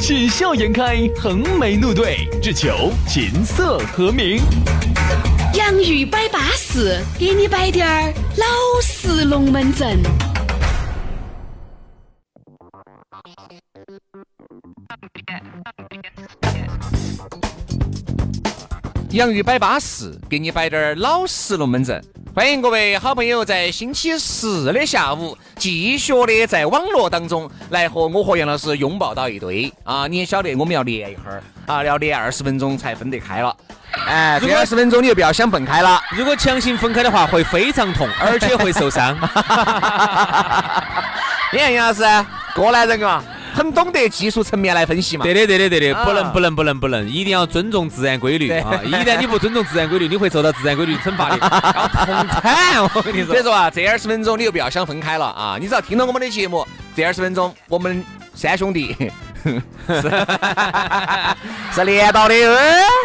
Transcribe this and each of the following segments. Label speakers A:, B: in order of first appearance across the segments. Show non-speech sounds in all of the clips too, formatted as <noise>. A: 喜笑颜开，横眉怒对，只求琴瑟和鸣。
B: 洋芋摆巴士，给你摆点儿老式龙门阵。
C: 洋芋摆巴适，给你摆点儿老实龙门阵。欢迎各位好朋友在星期四的下午继续的在网络当中来和我和杨老师拥抱到一堆啊！你也晓得我们要连一会儿啊，要连二十分钟才分得开了。哎，这二十分钟你就不要想蹦开了。
D: 如果强行分开的话，会非常 <laughs> 痛，而且会受伤。
C: 你看杨老师，过来人啊，很懂得技术层面来分析
D: <laughs>
C: 嘛。
D: 对的，对的，对的，
C: 啊
D: 不能，不能，不能，不能，一定要尊重自然规律
C: 对
D: 啊！一旦你不尊重自然规律，你会受到自然规律的惩 <laughs> 罚的，要痛惨！我跟你说
C: 所以，说啊，这二十分钟你就不要想分开了啊！你只要听到我们的节目，这二十分钟我们三兄弟 <laughs> 是是连到的哦。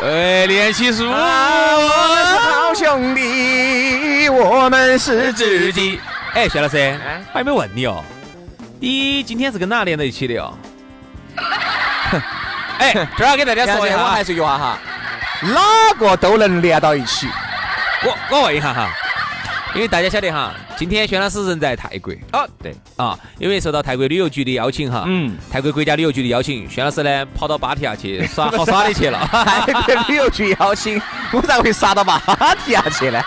D: 哎，练习书，
C: 啊，我们是好兄弟，我们是
D: 自己。哎，薛老师
C: 哎，
D: 我还没问你哦，你今天是跟哪连到一起的
C: <laughs>
D: 哦？哎，这儿要给大家
C: 杨
D: 说一
C: 姐
D: 下
C: 我
D: 啊
C: 还，是一句话哈，哪个都能连到一起。
D: 我我问一下哈，因为大家晓得哈，今天薛老师人在泰国
C: 哦，
D: 对啊，因为受到泰国旅游局的邀请哈，
C: 嗯，
D: 泰国国家旅游局的邀请，薛老师呢跑到芭提雅去
C: <laughs>
D: 耍
C: 哦
D: 好耍的去了。 <laughs>
C: 泰国旅游局邀请，我咋会杀到啊芭提雅去呢？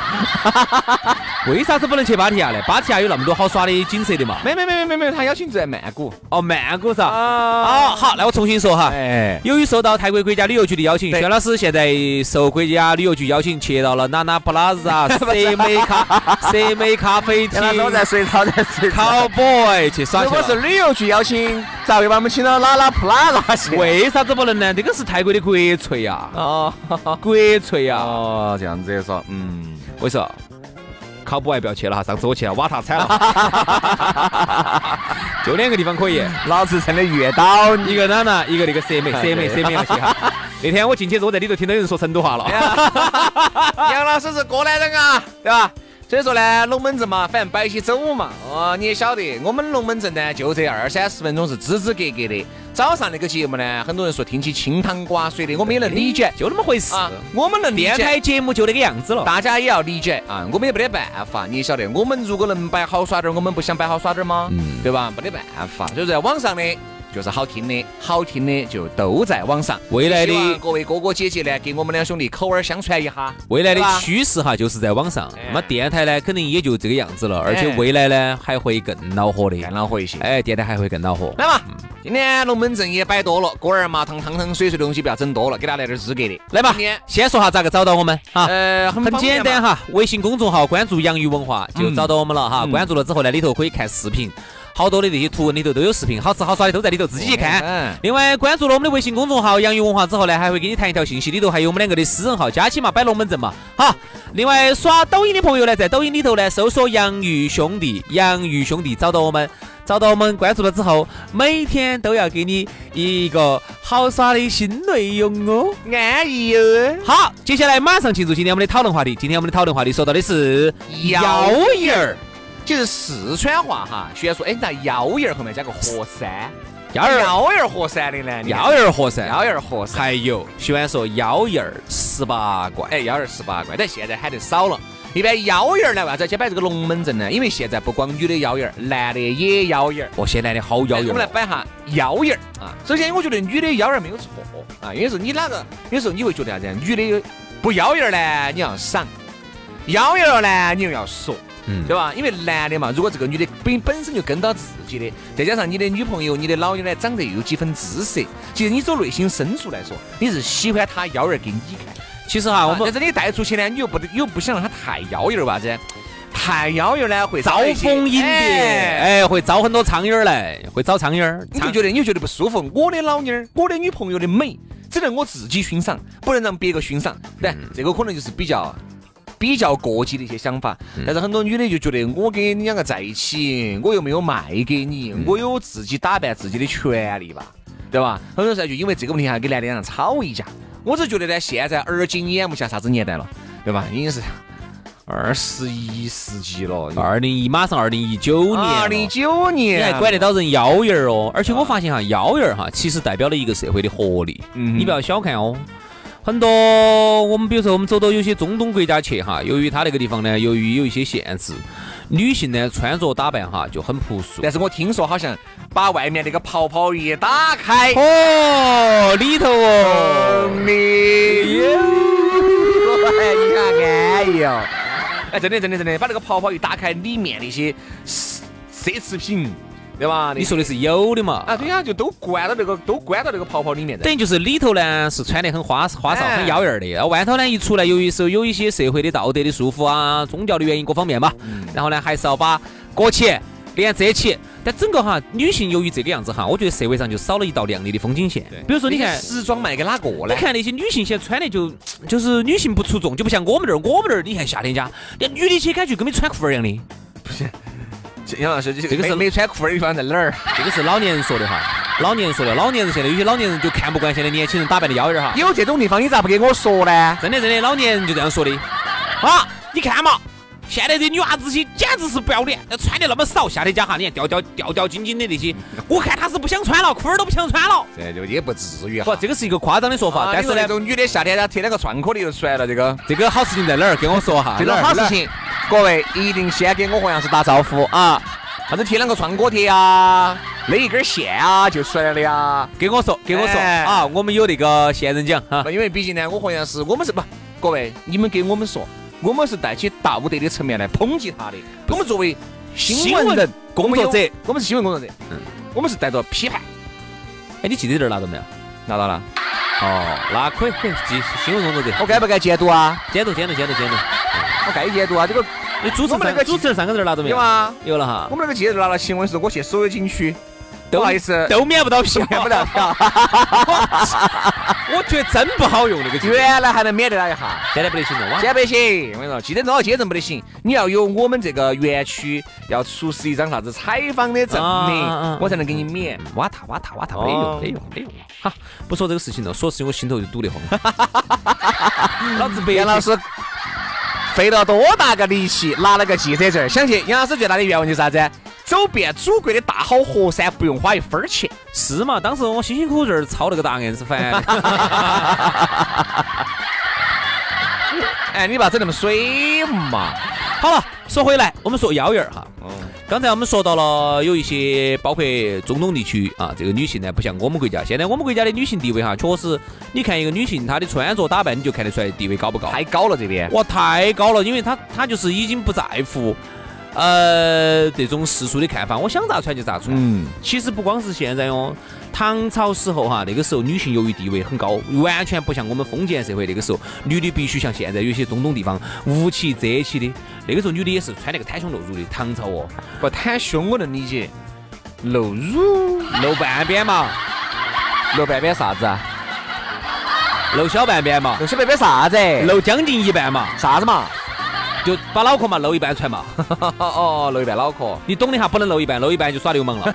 D: 为啥子不能去芭提雅呢？芭提雅有那么多好耍的景色的嘛。
C: 没没没没没没，他邀请在曼谷。
D: 哦，曼谷噻。啊、
C: 啊，
D: 好，那我重新说哈。
C: 哎，
D: 由于受到泰国国家旅游局的邀请，
C: 对
D: 薛老师现在受国家旅游局邀请，去到了娜娜普拉
C: <laughs>
D: 萨、蛇美咖、蛇美咖啡厅
C: 杨、老师我在睡着，在睡着。
D: Cowboy
C: <laughs>
D: 去耍
C: 如
D: 去
C: 果是
D: 了。
C: 旅游局邀请，咋会把我们请到拉拉普拉拉去？
D: 为啥子不能呢？这个是泰国的国粹呀、
C: 哦
D: <laughs> 国啊粹呀、
C: 哦，这样子说，嗯。
D: 我说，考不完不要去了哈，上次我去了，瓦塔惨
C: <laughs>
D: 了，就两个地方可以，
C: 老子真的遇到你
D: 一个娜娜，一个那个蛇
C: 啊
D: 妹，蛇妹，蛇妹要去哈。那天我进去之后，在里头听到有人说成都
C: <laughs>
D: 话了，
C: <laughs> 杨老师是过来人啊，对吧？所以说呢，龙门阵嘛，反正摆起走嘛。哦，你也晓得，我们龙门阵呢，就这二三十分钟是支支格格的。早上那个节目呢，很多人说听起清汤寡水的，我们也能理解
D: 就那么回事。
C: 啊，我们能理
D: 电台
C: 解，
D: 节目就那个样子了。
C: <laughs> 大家也要理解啊，我们也没得办法。你也晓得，我们如果能摆好耍点儿，我们不想摆好耍点儿吗？
D: 嗯
C: 对吧？没得办法，所以在网上的。就是好听的，好听的就都在网上。
D: 未来的
C: 希望各位哥哥姐姐呢，给我们两兄弟口耳相传一下。
D: 未来的
C: 对吧
D: 趋势哈，就是在网上。
C: 哎
D: 那么电台呢，肯定也就这个样子了，而且
C: 哎
D: 未来呢还会更恼火的。
C: 干恼火一些。
D: 哎，电台还会更恼火。
C: 来嘛，今天龙门阵也摆多了，锅儿麻汤汤汤水水的东西不要整多了，给大家来点资格的。
D: 来吧
C: 今天，
D: 先说下咋个找到我们哈。
C: 呃，
D: <laughs>
C: 很
D: 很
C: 方便
D: 简
C: 嘛
D: 单。哈，微信公众号关注“洋芋文化”就
C: 嗯
D: 找到我们了哈。
C: 嗯
D: 关注了之后呢，里头可以看视频，好多的这些图文里头都有视频，好吃好耍的都在里头，自己去看。
C: 嗯，
D: 另外，关注了我们的微信公众号“洋芋文化”之后呢，还会给你弹一条信息，里头还有我们两个的私人号，加起嘛，摆龙门阵嘛，哈。另外，刷抖音的朋友呢，在抖音里头呢搜索“洋芋兄弟”，洋芋兄弟找到我们，找到我们关注了之后，每天都要给你一个好耍的新内容哦。
C: 安逸哟。
D: 好，接下来马上进入今天我们的讨论话题。今天我们的讨论话题说到的是
C: 妖
D: 艳儿，
C: 就是四川话哈，虽然说，哎，那幺爷儿后面加个河山，
D: 幺儿
C: 幺爷儿河山的呢？
D: 妖艳儿和噻，
C: 幺爷儿河山。
D: 还有喜欢说妖艳儿十八怪，
C: 哎，幺儿十八怪，但现在喊得少了。一般幺爷儿呢，为啥子要去摆这个龙门阵呢？因为现在不光女的幺爷儿，男的也幺爷儿。哎
D: 哦，现在的好妖
C: 我
D: 艳
C: 们来
D: 儿，
C: 摆下腰眼儿啊。首先，我觉得女的腰眼儿没有错啊，有时候你哪个，有时候你会觉得啥子？女的不腰眼儿呢，你要赏；腰眼儿呢，你又要说，
D: 嗯
C: 对吧？因为男的嘛，如果这个女的本本身就跟到自己的，再加上你的女朋友、你的老友呢，长得又有几分姿色，其实你走内心深处来说，你是喜欢她腰眼儿给你看的。
D: 其实哈，我
C: 啊，但
D: 们
C: 是你带出去呢，你又不得又不想让她太腰眼儿吧？子，太腰眼儿呢会
D: 招蜂引蝶，
C: 哎
D: 哎，会招很多苍蝇儿来，会招苍蝇儿，
C: 你就
D: 苍
C: 觉得你就觉得不舒服。我的老妞儿，我的女朋友的美，只能我自己欣赏，不能让别个欣赏。对，
D: 嗯
C: 这个可能就是比较。比较过激的一些想法，
D: 嗯
C: 但是很多女的就觉得我跟你两个在一起，我又没有卖给你，
D: 嗯
C: 我有自己打扮自己的权利吧，对吧？很多时候就因为这个问题还跟男的两人吵一架。我只觉得呢，现在而今眼不下啥子年代了，对吧？已经是二十一世纪了，
D: 二零一马上二零一九年了，哦
C: 二零一九年啊
D: 你还管得到人腰眼儿哦？而且我发现哈，腰眼儿哈，其实代表了一个社会的活力。
C: 嗯
D: 你不要小看哦。很多我们比如说我们走到有些中东国家去哈，由于它那个地方呢，由于有一些限制，女性呢穿着打扮哈就很朴素。
C: 但是我听说好像把外面那个泡泡一打开，
D: 哦，里头哦，
C: 你，哎，你看安逸哦。哎，真的真的真的，把那个泡泡一打开，里面那些奢奢侈品，对吧？
D: 你说的是有的嘛？
C: 啊，对呀、就都关到那个都关到那个泡泡里面的。
D: 等于就是里头呢是穿得很花花哨、
C: 哎
D: 很妖艳儿的，然后外头呢一出来，由于是有一些社会的道德的束缚啊、宗教的原因各方面嘛，然后呢还是要把裹起、脸遮起。但整个哈，女性由于这个样子哈，我觉得社会上就少了一道亮丽的风景线。比如说你看。
C: 时装卖给哪个
D: 你
C: 呢？
D: 看那些女性现在穿的就就是女性不出众，就不像我们这儿，我们这儿你看夏天家，那女的去感觉跟没穿裤儿一样的。
C: 杨老师，这
D: 这个是
C: 没穿裤儿的地方在哪儿？
D: <laughs> 这个是老年人说的哈，老年人说的，老年人现在有些老年人就看不惯现在年轻人打扮的妖艳儿哈。
C: 有这种地方你咋不给我说呢？
D: 真的真的，老年人就这样说的。啊，你看嘛，现在的女娃子些简直是不要脸，那穿的那么少，夏天家哈，你看吊吊吊吊紧紧的那些，我看她是不想穿了，裤儿都不想穿了。
C: 这就也不至于
D: 不，这个是一个夸张的说法，但是
C: 那
D: 呢，
C: 种啊女的夏天她贴了个创可贴就出来了，这个
D: 这个好事情在哪儿？跟我说哈，
C: 啊这种
D: 哪儿
C: 好事。情，各位一定先给我和杨师打招呼啊！啥子贴两个创可贴啊，勒一根线啊，就出来了呀。
D: 跟我说，跟我说
C: 哎
D: 啊！我们有那个仙人掌哈，
C: 那因为毕竟呢，我和杨师，我们是不，各位你们给我们说，我们是带起道德的层面来抨击他的。我们作为新闻人、
D: 工作者。
C: 我们有我们是新闻工作者，
D: 嗯
C: 我们是带着批判。
D: 哎，你记得这儿拿到没有？
C: 拿到了，
D: 哦，那可以，可以记新闻工作者。
C: 我该不该监督啊？
D: 监督，监督，监督，监督。
C: 我该监督啊！这个
D: 你哎主持
C: 我们那个
D: 人，主持人上个字儿拿到没
C: 有啊
D: 有？
C: 吗？
D: 有了哈
C: 我，们那个记者拿了新闻是我去所有景区，不好意思，
D: 都免不到票，
C: 看不到
D: <laughs>
C: 票，
D: 我觉得真不好用那个机会，
C: 原来还能免得了一下。
D: 现在不得行了，哇！
C: 现在不得行，我跟你说，记得到接证不得行，你要有我们这个园区要出示一张啥子采访的证明，
D: 啊啊啊哦
C: 我才能给你免。
D: 挖他挖他挖他，没
C: 哦
D: 用没用没用。哈，不说这个事情了，说事情我心头就堵得慌。老子白
C: 杨老师费了多大个力气拿了个记者证儿，想去杨老师最大的愿望就是啥子？走遍祖国的大好河山，不用花一分儿钱。
D: 是嘛？当时我辛辛苦苦在这儿抄那个答案是烦的。
C: 哎，你把整那么水嘛？
D: 好了，说回来，我们说妖艳儿哈。
C: 哦
D: 刚才我们说到了有一些包括中东地区啊，这个女性呢不像我们国家，现在我们国家的女性地位哈，确实，你看一个女性她的穿着打扮，你就看得出来地位高不高。
C: 太高了这边。
D: 哇，太高了，因为她她就是已经不在乎。呃，这种世俗的看法，我想咋穿就咋穿。
C: 嗯，
D: 其实不光是现在哦，唐朝时候哈，那个时候女性由于地位很高，完全不像我们封建社会那个时候，女的必须像现在有些中东地方捂起遮起的。那个时候女的也是穿那个袒胸露乳的，唐朝哦，
C: 不袒胸我能理解，露乳
D: 露半边嘛，
C: 露半边啥子啊？
D: 露小半边
C: <laughs>
D: 嘛，
C: 露小半边啥子？
D: 露将近一半嘛，
C: 啥子嘛？ <laughs>
D: 就把脑壳嘛露一半穿嘛，
C: 哦哦，露一半脑壳。
D: 你懂的哈，不能露一半，露一半就耍流氓了，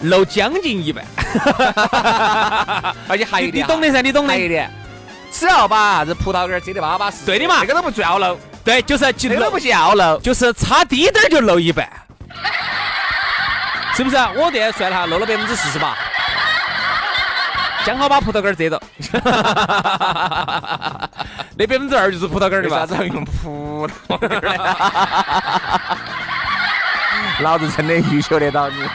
D: 露将近一半，
C: <laughs> 而且还有一
D: 你
C: 点，
D: 懂
C: 的，
D: 的噻，你懂
C: 还有
D: 的，
C: 一点，只要把啥子葡萄干儿遮得巴巴适适，
D: 对的嘛
C: 这个都不叫露，
D: 对，就是就
C: 这个都
D: 露
C: 哎不叫露。
D: 就是差低点儿就露一半， <laughs> 是不是、啊？我这样算了哈，露了百分之四十八，正好把葡萄干儿遮到， <laughs> 那百分之二就是葡萄干儿
C: 为
D: 的
C: 啥
D: 嘛。
C: 子要用葡萄干儿
D: <laughs>
C: 呢？老子真的预求得到你。 <laughs>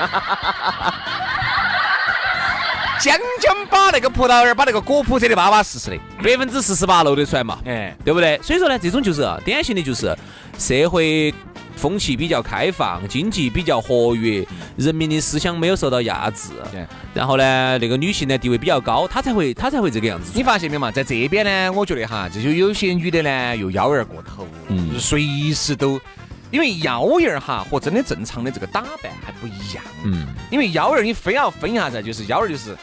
C: 将将把那个葡萄干儿，把那个果脯遮得巴巴适适的。
D: 百分之四十八露得出来嘛，
C: 哎，
D: 对不对？所以说呢，这种就是啊典型的，就是社会风气比较开放，经济比较活跃，人民的思想没有受到压制
C: 对，
D: 然后呢，那个女性呢地位比较高，她才会她才会这个样子。
C: 你发现没有嘛？在这边呢，我觉得哈，这就有些女的呢又妖艳过头，嗯，随时都，因为妖艳儿哈和真的正常的这个打扮还不一样，
D: 嗯，
C: 因为妖艳儿你非要分一下噻，就是妖艳儿就是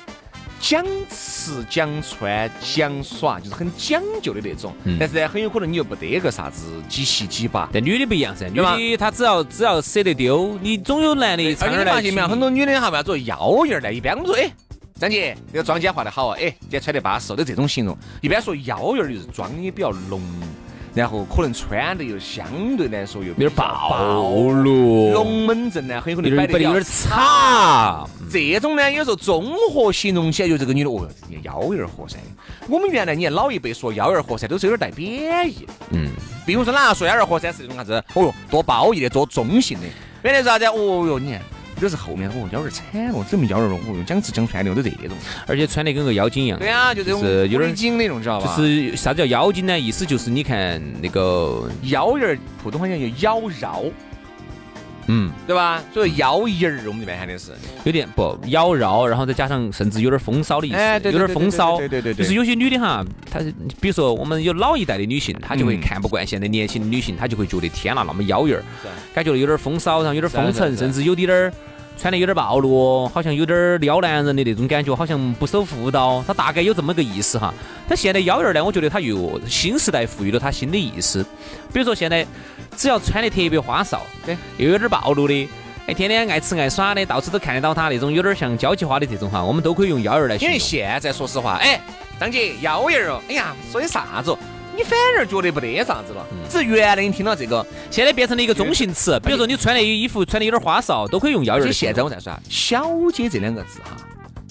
C: 讲吃讲穿讲耍，就是很讲究的那种。但是呢，很有可能你又不得个啥子几七几八。
D: 但女的不一样噻，女
C: 对吧
D: 的她只要只要舍得丢，你总有男的一
C: 而
D: 掺
C: 且
D: 儿
C: 你
D: 来
C: 发
D: 取
C: 现
D: 你。
C: 没有，很多女的哈，为啥子妖艳儿呢？一般我们说，哎，张姐，这个妆姐化得好啊，哎，今天穿得巴适哦，都这种形容。一般说妖艳儿就是妆也比较浓，然后可能穿的又相对来说又
D: 有点暴露，
C: 龙门阵呢，很有可
D: 有
C: 能
D: 点
C: 摆
D: 摆得
C: 得比
D: 有
C: 较
D: 点差。
C: 这种呢，有时候综合形容起来，就这个女的哦，妖艳儿和噻。我们原来你看老一辈说妖艳儿和噻，都是有点带贬义。
D: 嗯，
C: 比如说哪说妖艳儿和噻是那种啥子？哦哟，多褒义的，多中性的。原来是啥子？哦哟，你看。都是后面哦，妖儿惨了，怎么妖儿了？哦哟，讲吃讲穿的都这种。
D: 而且穿得跟个妖精一样。
C: 对啊，就这种
D: 就是有点
C: 狐狸精那种，知道
D: 就
C: 吧？
D: 是啥叫妖精呢？意思就是你看那个，
C: 妖艳儿，普通话讲叫妖娆，
D: 嗯，
C: 对吧？所以妖艳儿，我们这边喊的是。
D: 有点不妖娆，然后再加上甚至有点风骚的意思，
C: 哎对对
D: 有点风骚。
C: 对对对对对对
D: 就是有些女的哈，她比如说我们有老一代的女性，她就会
C: 嗯
D: 看不惯现在年轻的女性，她就会觉得天呐，那么妖艳儿
C: 是啊，
D: 感觉有点风骚，然后有点风
C: 是啊是啊
D: 尘，
C: 是啊
D: 甚至有点儿。穿的有点暴露，好像有点撩男人的那种感觉，好像不守妇道，她大概有这么个意思哈。但现在妖艳儿呢，我觉得她又新时代赋予了她新的意思，比如说现在只要穿的特别花哨，
C: 对，
D: 又有点暴露的，哎，天天爱吃爱耍的，到处都看得到她那种，有点像交际花的这种哈，我们都可以用妖儿来形
C: 因为
D: 容。
C: 现在说实话，哎，张姐，妖艳儿哦，哎呀，说的啥子哦？你反而觉得不得啥子了。只是原来你听到这个，
D: 现在变成了一个中性词，比如说你穿的衣服穿的有点花哨，都可以用妖
C: 而
D: 艳儿
C: 且
D: 来
C: 现
D: 形
C: 在
D: 容。
C: 我再说啊，“小姐”这两个字哈，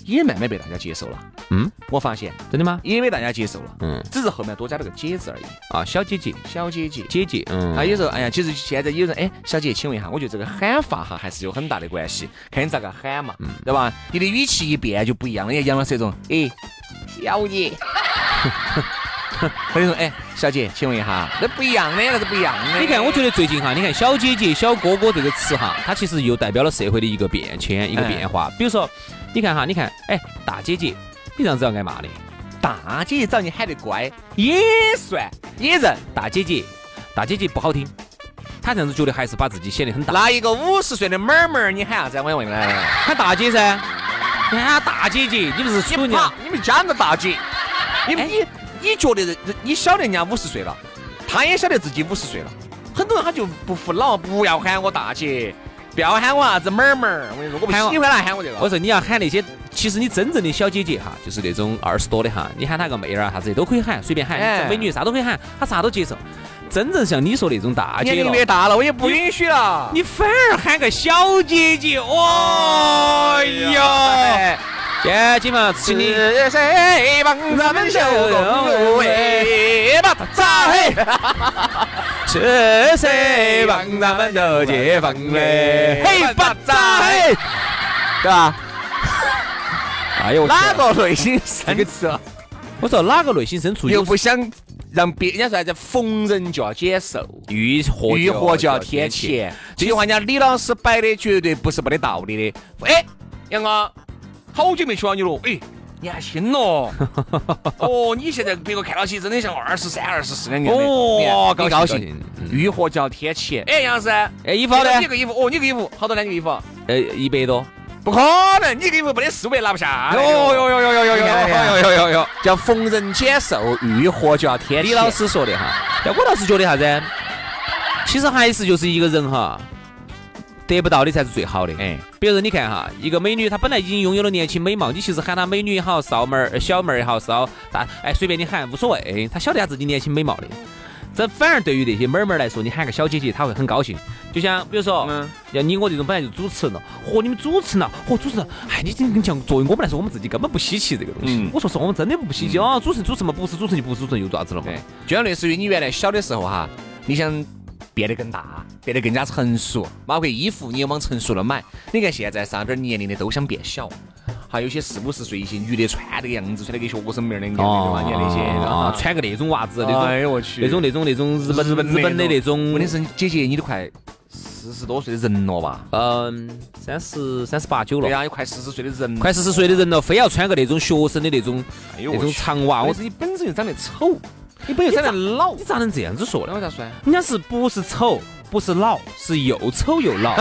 C: 也慢慢被大家接受了。
D: 嗯，
C: 我发现
D: 真的吗？
C: 也被大家接受了，
D: 嗯
C: 只是后面多加了个“姐”字而已。
D: 啊，小姐姐，
C: 小姐姐。
D: 姐姐，嗯，
C: 啊，有时候，哎呀，其实现在有人，哎，小姐，请问一下，我觉得这个喊法哈，还是有很大的关系，看你咋个喊嘛，
D: 嗯
C: 对吧？你的语气一变就不一样了。你看杨老师这种，哎，
D: <laughs>
C: 小姐，或者说，哎，小姐，请问一下，那不一样的，那是不一样的。
D: 你看，我觉得最近哈，你看“小姐姐”“小哥哥”这个词哈，它其实又代表了社会的一个变迁、一个
C: 哎
D: 变化。比如说，你看哈，你看，哎，大姐姐，你这样子要挨骂的，
C: 大姐找你喊得乖，也算也认。
D: 大姐姐，大姐姐不好听，她这样子觉得还是把自己显得很大，
C: 那一个五十岁的妹儿妹儿，你喊啥子？我想问你，来来来，
D: 喊大姐噻，你喊她啊大姐姐，你不是
C: 你
D: 处女？
C: 怕你们家那个大姐，你
D: 哎
C: 你你觉得人你晓得人家五十岁了，他也晓得自己五十岁了，很多人他就不服老，不要喊我大姐，不要喊我啥子妹儿妹儿，我跟你说，我不
D: 喊我
C: 喜欢他喊我这个。
D: 我说你要喊那些，其实你真正的小姐姐哈，就是那种二十多的哈，你喊她个妹儿啊啥子的都可以喊，随便喊，
C: 哎
D: 你叫美女啥都可以喊，她啥都接受。真正像你说那种大
C: 年
D: 姐
C: 龄
D: 了，
C: 越大了，我也不允许了。
D: 你反而喊个小姐姐，哦哟，
C: 哎
D: 姐姐嘛，请你
C: 是谁帮咱们守公路？哎，把它扎嘿。
D: 是
C: 谁
D: 谁吧？
C: 哎帮咱们都解放嘞？哎嘿，巴扎嘿，对吧？
D: 哎呦，我
C: 哪
D: 天
C: 个内啊心深处
D: 我说哪个内心深处
C: 又
D: 有
C: 不想让别人家说啥子逢人就要捡瘦，
D: 欲火
C: 遇火就要添钱？这句话人家李老师摆的绝对不是没得道理的。哎，杨哥，好久没瞧你了，哎。你还
D: <laughs>
C: 轻咯！哦，你现在别个看到起真的像二十三、二十四两个样的哎
D: 哦
C: 你看你
D: 高
C: 高
D: 兴
C: 兴
D: 高兴，
C: 遇火就要添钱。哎，杨老师，
D: 哎，衣服好的，
C: 你这个衣服，哦，你这个衣服好多呢？你这个衣服？
D: 呃，一百多。
C: 不可能，你这个衣服没得四百拿不下。
D: 哟哟
C: 哟哟哟哟
D: 哟
C: 哟哟哟！叫逢人减寿，遇祸就要添
D: 李
C: 李
D: 老
C: 老师，
D: 师说的哈，但我倒是觉得啥子？其实还是就是一个人哈，得不到的才是最好的。
C: 哎，
D: 比如说你看哈，一个美女，她本来已经拥有了年轻美貌，你其实喊她美女也好，少妹儿、呃小妹儿也好，少大哎随便你喊无所谓，她晓得她自己年轻美貌的。这反而对于那些妹儿妹儿来说，你喊个小姐姐，她会很高兴。就像比如说，
C: 嗯
D: 像你我这种本来就主持人了，嚯，你们主持人了，嚯，主持人，哎，你这像作为我们来说，我们自己根本不稀奇这个东西。
C: 嗯
D: 我说实话，我们真的不稀奇啊、主持人主持嘛，不是主持人就不是主持人，又咋子了嘛
C: 对？，就像类似于你原来小的时候哈，你想变得更大，变得更加成熟，包括衣服你也往成熟了买。你看现在上点儿年龄的都想变小。还有些四五十岁一些女的穿那个样子，穿得跟学生妹儿那个样子，对吧？你看那些
D: 哦啊，
C: 啊
D: 穿个那种袜子，那
C: 哎
D: 种
C: 呦我去，
D: 那种那种那种日本日本日本的那种，
C: 问题是姐姐，你都快四十多岁的人了吧？
D: 嗯，三十三十八九
C: 对
D: 了，
C: 呀、有快四十岁的人，
D: 快四十岁的人了，非要穿个那种学生的那种
C: 哎呦
D: 那
C: 我
D: 种
C: 去
D: 长袜，
C: 我
D: 我
C: 自己本身就长得丑，你本身长得老
D: 你，咋能这样子说呢？
C: 那我咋算？
D: 人家是不是丑，不是老，是又丑 <laughs> 又老。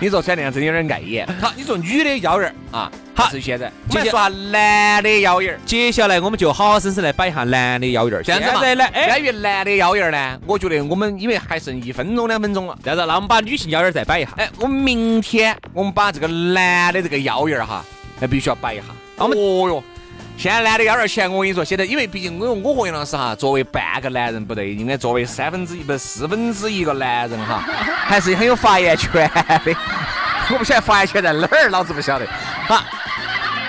C: 你说穿那样真有点碍眼。好，你说女的腰眼儿啊，
D: 好
C: 是现在。我
D: 姐
C: 们
D: 姐
C: 说下男的腰眼儿。
D: 接下来我们就好好生生来摆一下男的腰眼儿，
C: 这样子嘛
D: 现在来，哎，
C: 关于男的腰眼儿呢，我觉得我们因为还剩一分钟两分钟了。
D: 这样子，那我们把女性腰眼儿再摆一下。
C: 哎，我们明天我们把这个男的这个腰眼儿哈，哎，必须要摆一下。
D: 我们
C: 哦哟，现在男的腰眼儿现在我跟你说，现在因为毕竟我我和杨老师哈，作为半个男人不对，应该作为三分之一不是四分之一个男人
D: <laughs>
C: 哈，还是很有发言权的。我不晓得发言权在哪儿，老子不晓得啊，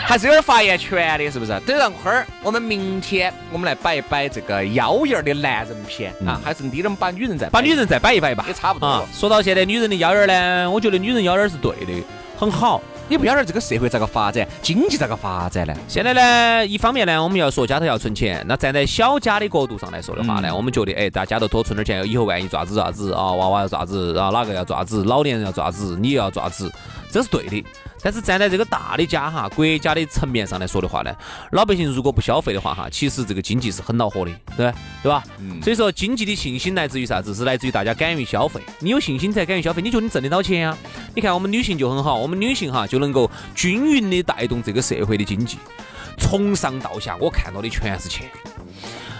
C: 还是有点发言权的，是不是？等让会儿我们明天我们来摆一摆这个腰眼儿的男人篇啊，还是低点把女人再
D: 把嗯女人再摆一摆吧
C: 也。差不多
D: 啊
C: 了。，
D: 说到现在女人的腰眼儿呢，我觉得女人腰眼儿是对的，很好。
C: 你不晓得这个社会咋个发展，经济咋个发展呢？
D: 现在呢，一方面呢，我们要说家头要存钱。那站在小家的角度上来说的话呢，我们觉得，哎，大家都多存点钱，以后万一爪子爪子啊，娃娃要爪子啊，哪个要爪子，老年人要爪子，你也要爪子，这是对的。但是站在这个大的家哈，国家的层面上来说的话呢，老百姓如果不消费的话哈，其实这个经济是很恼火的，对吧对吧？
C: 嗯
D: 所以说经济的信心来自于啥子？是来自于大家敢于消费。你有信心才敢于消费，你觉得你挣得到钱啊？你看我们女性就很好，我们女性哈就能够均匀的带动这个社会的经济。从上到下，我看到的全是钱。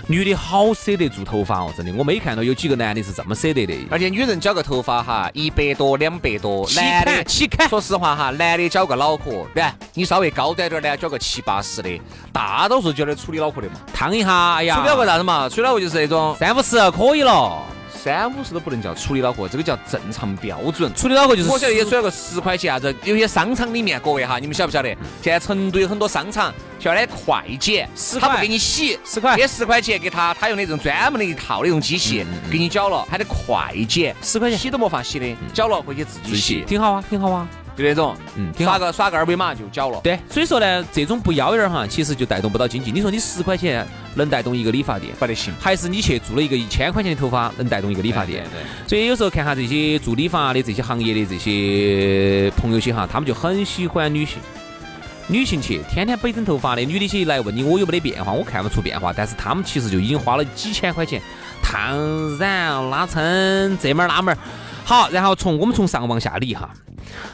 D: 女的好舍得做头发哦，真的，我没看到有几个男的是这么舍得的。
C: 而且女人绞个头发哈，一百多、两百多，
D: 起
C: 男
D: 砍
C: 的。
D: 起砍，
C: <laughs> 说实话哈，男的绞个脑壳，对吧，你稍微高端点儿呢，绞个七八十的，大多数绞点处理脑壳的嘛。
D: 烫一下，哎呀，
C: 处理脑壳啥子嘛？处理脑壳就是那种
D: 三五十可以了。
C: 三五十都不能叫处理脑壳，这个叫正常标准。
D: 处理脑壳就是，
C: 我晓得也转个十块钱啥子，有些商场里面，各位哈，你们晓不晓
D: 嗯
C: 得？现在成都有很多商场，晓得快剪，
D: 十
C: 他
D: 块
C: 不给你洗，
D: 十块嗯
C: 给十块钱给他，他用那种专门的一套那种机器给你搅了，他的快剪，
D: 十块钱
C: 洗都没法洗的，搅了回去自己
D: 自己
C: 洗，
D: 挺好啊，挺好啊，
C: 就那种，
D: 嗯，挺
C: 刷
D: 好。
C: 个刷个二维码就搅了。
D: 对，所以说呢，这种不腰眼儿哈，其实就带动不到经济。你说你十块钱能带动一个理发店，
C: 不得行，
D: 还是你去做了一个一千块钱的头发能带动一个理发店？
C: 对哎对
D: 所以有时候看下这些做理发的这些行业的这些朋友些哈，他们就很喜欢女性。女性去天天被整头发的，女的去来问你我有没得变化，我看不出变化，但是他们其实就已经花了几千块钱烫染、拉伸这门儿那门儿。好，然后从我们从上往下理哈，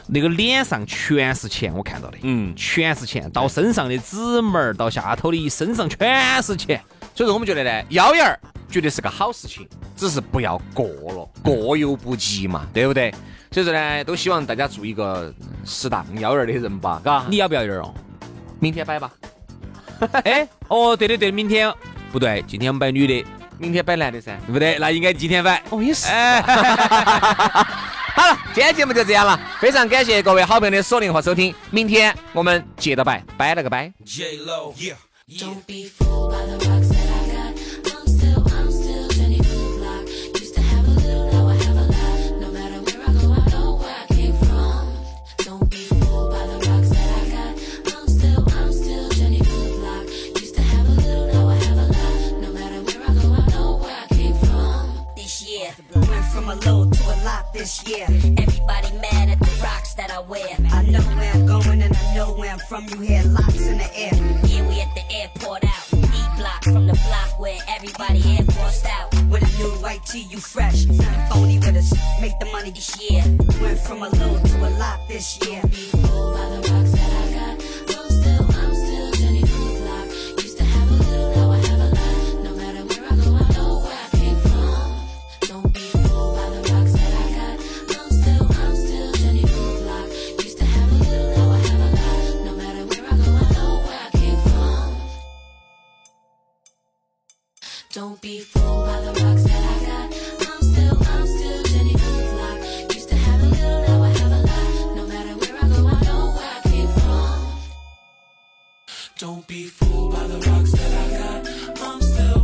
D: 那个脸上全是钱，我看到的，
C: 嗯，
D: 全是钱，到身上的指拇儿，到下头的身上全是钱。
C: 所以说我们觉得呢，腰眼儿绝对是个好事情，只是不要过了，过犹不及嘛，对不对？所以说呢，都希望大家做一个适当腰眼儿的人吧，嘎。
D: 你要不要有点儿哦？
C: 明天摆吧，
D: 哎，哦，对对对，明天不对，今天我们摆女的，
C: 明天摆男的噻。
D: 不对，那应该今天摆。
C: 哦，也是。 <laughs>
D: 哎，
C: 好了，今天节目就这样了，非常感谢各位好朋友的锁定和收听，明天我们接着摆，拜了个拜。
E: J Lo. Yeah.
F: Don't be fooled by the rocks that I got. I'm still, I'm still Jenny from the block. Used to have a little, now I have a lot. No matter where I go, I know where I came from. Don't be fooled by the rocks that I got. I'm still, I'm still Jenny from the block. Used to have a little, now I have a lot. No matter where I go, I know where I came from.
G: this year. Went from a low to a lot this year. Everybody mad at the rocks that I wear. I know where I'm going and I know where I'm from. You hear lots in the air. Yeah, we at the airport out. D block from the block where everybody air forced out. With a new white tee, you fresh. Nothing phony with us. Make the money this year. Went from a low to a lot this year.
F: Fooled by the rocks that I got. I'm still, I'm still Jenny from the block. Used to have a little, now I have a lot. No matter where I go, I know where I came from. Don't be fooled by the rocks that I got. I'm still, I'm still Jenny from the block. Used to have a little, now I have a lot. No matter where I go, I know where I came from. Don't be fooled by the rocks that I got. I'm still, I'm still Jenny from the block. Used to have a little, now I have a lot. No matter where I go, I know where I came from.
E: Don't be fooled by the rocks that I got. I'm still,